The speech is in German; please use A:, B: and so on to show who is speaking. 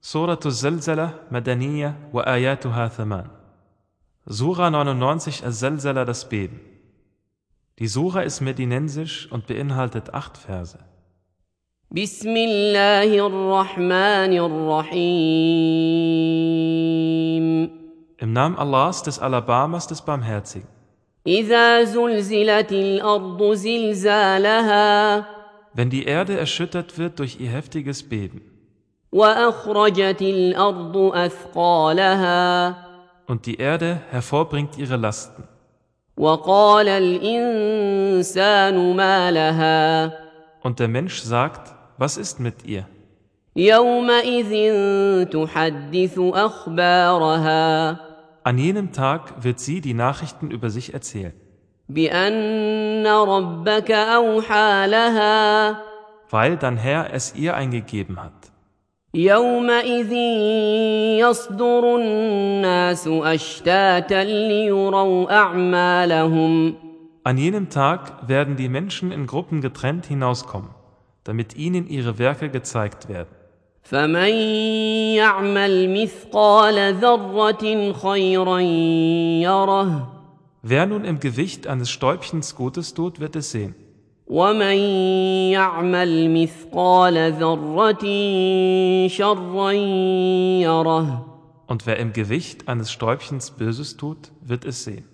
A: Surah Al-Zalzala, Madaniyya wa ayatuha thaman. Surah 99 Al-Zalzala, das Beben. Die Surah ist medinensisch und beinhaltet acht Verse.
B: بسم الله الرحمن الرحيم
A: Im Namen Allahs, des Alabamas, des Barmherzigen.
B: إذا زلزلت الأرض زلزالها
A: Wenn die Erde erschüttert wird durch ihr heftiges Beben
B: وأخرجت الأرض أثقالها
A: und die Erde hervorbringt ihre Lasten,
B: وقال الإنسان ما لها
A: und der Mensch sagt, was ist mit ihr?
B: يومئذ تحدث أخبارها
A: An jenem Tag wird sie die Nachrichten über sich erzählen,
B: بأن ربك أوحى لها
A: weil dein Herr es ihr eingegeben hat.
B: يومئذ يصدر الناس اشتاتا ليروا اعمالهم
A: An jenem Tag werden die Menschen in Gruppen getrennt hinauskommen, damit ihnen ihre Werke gezeigt werden.
B: فمن يعمل مثقال ذره خيرا يره
A: Wer nun im Gewicht eines Stäubchens Gutes tut, wird es sehen.
B: ومن يعمل مثقال ذره شرا يره
A: Und wer im Gewicht eines Stäubchens Böses tut, wird es sehen.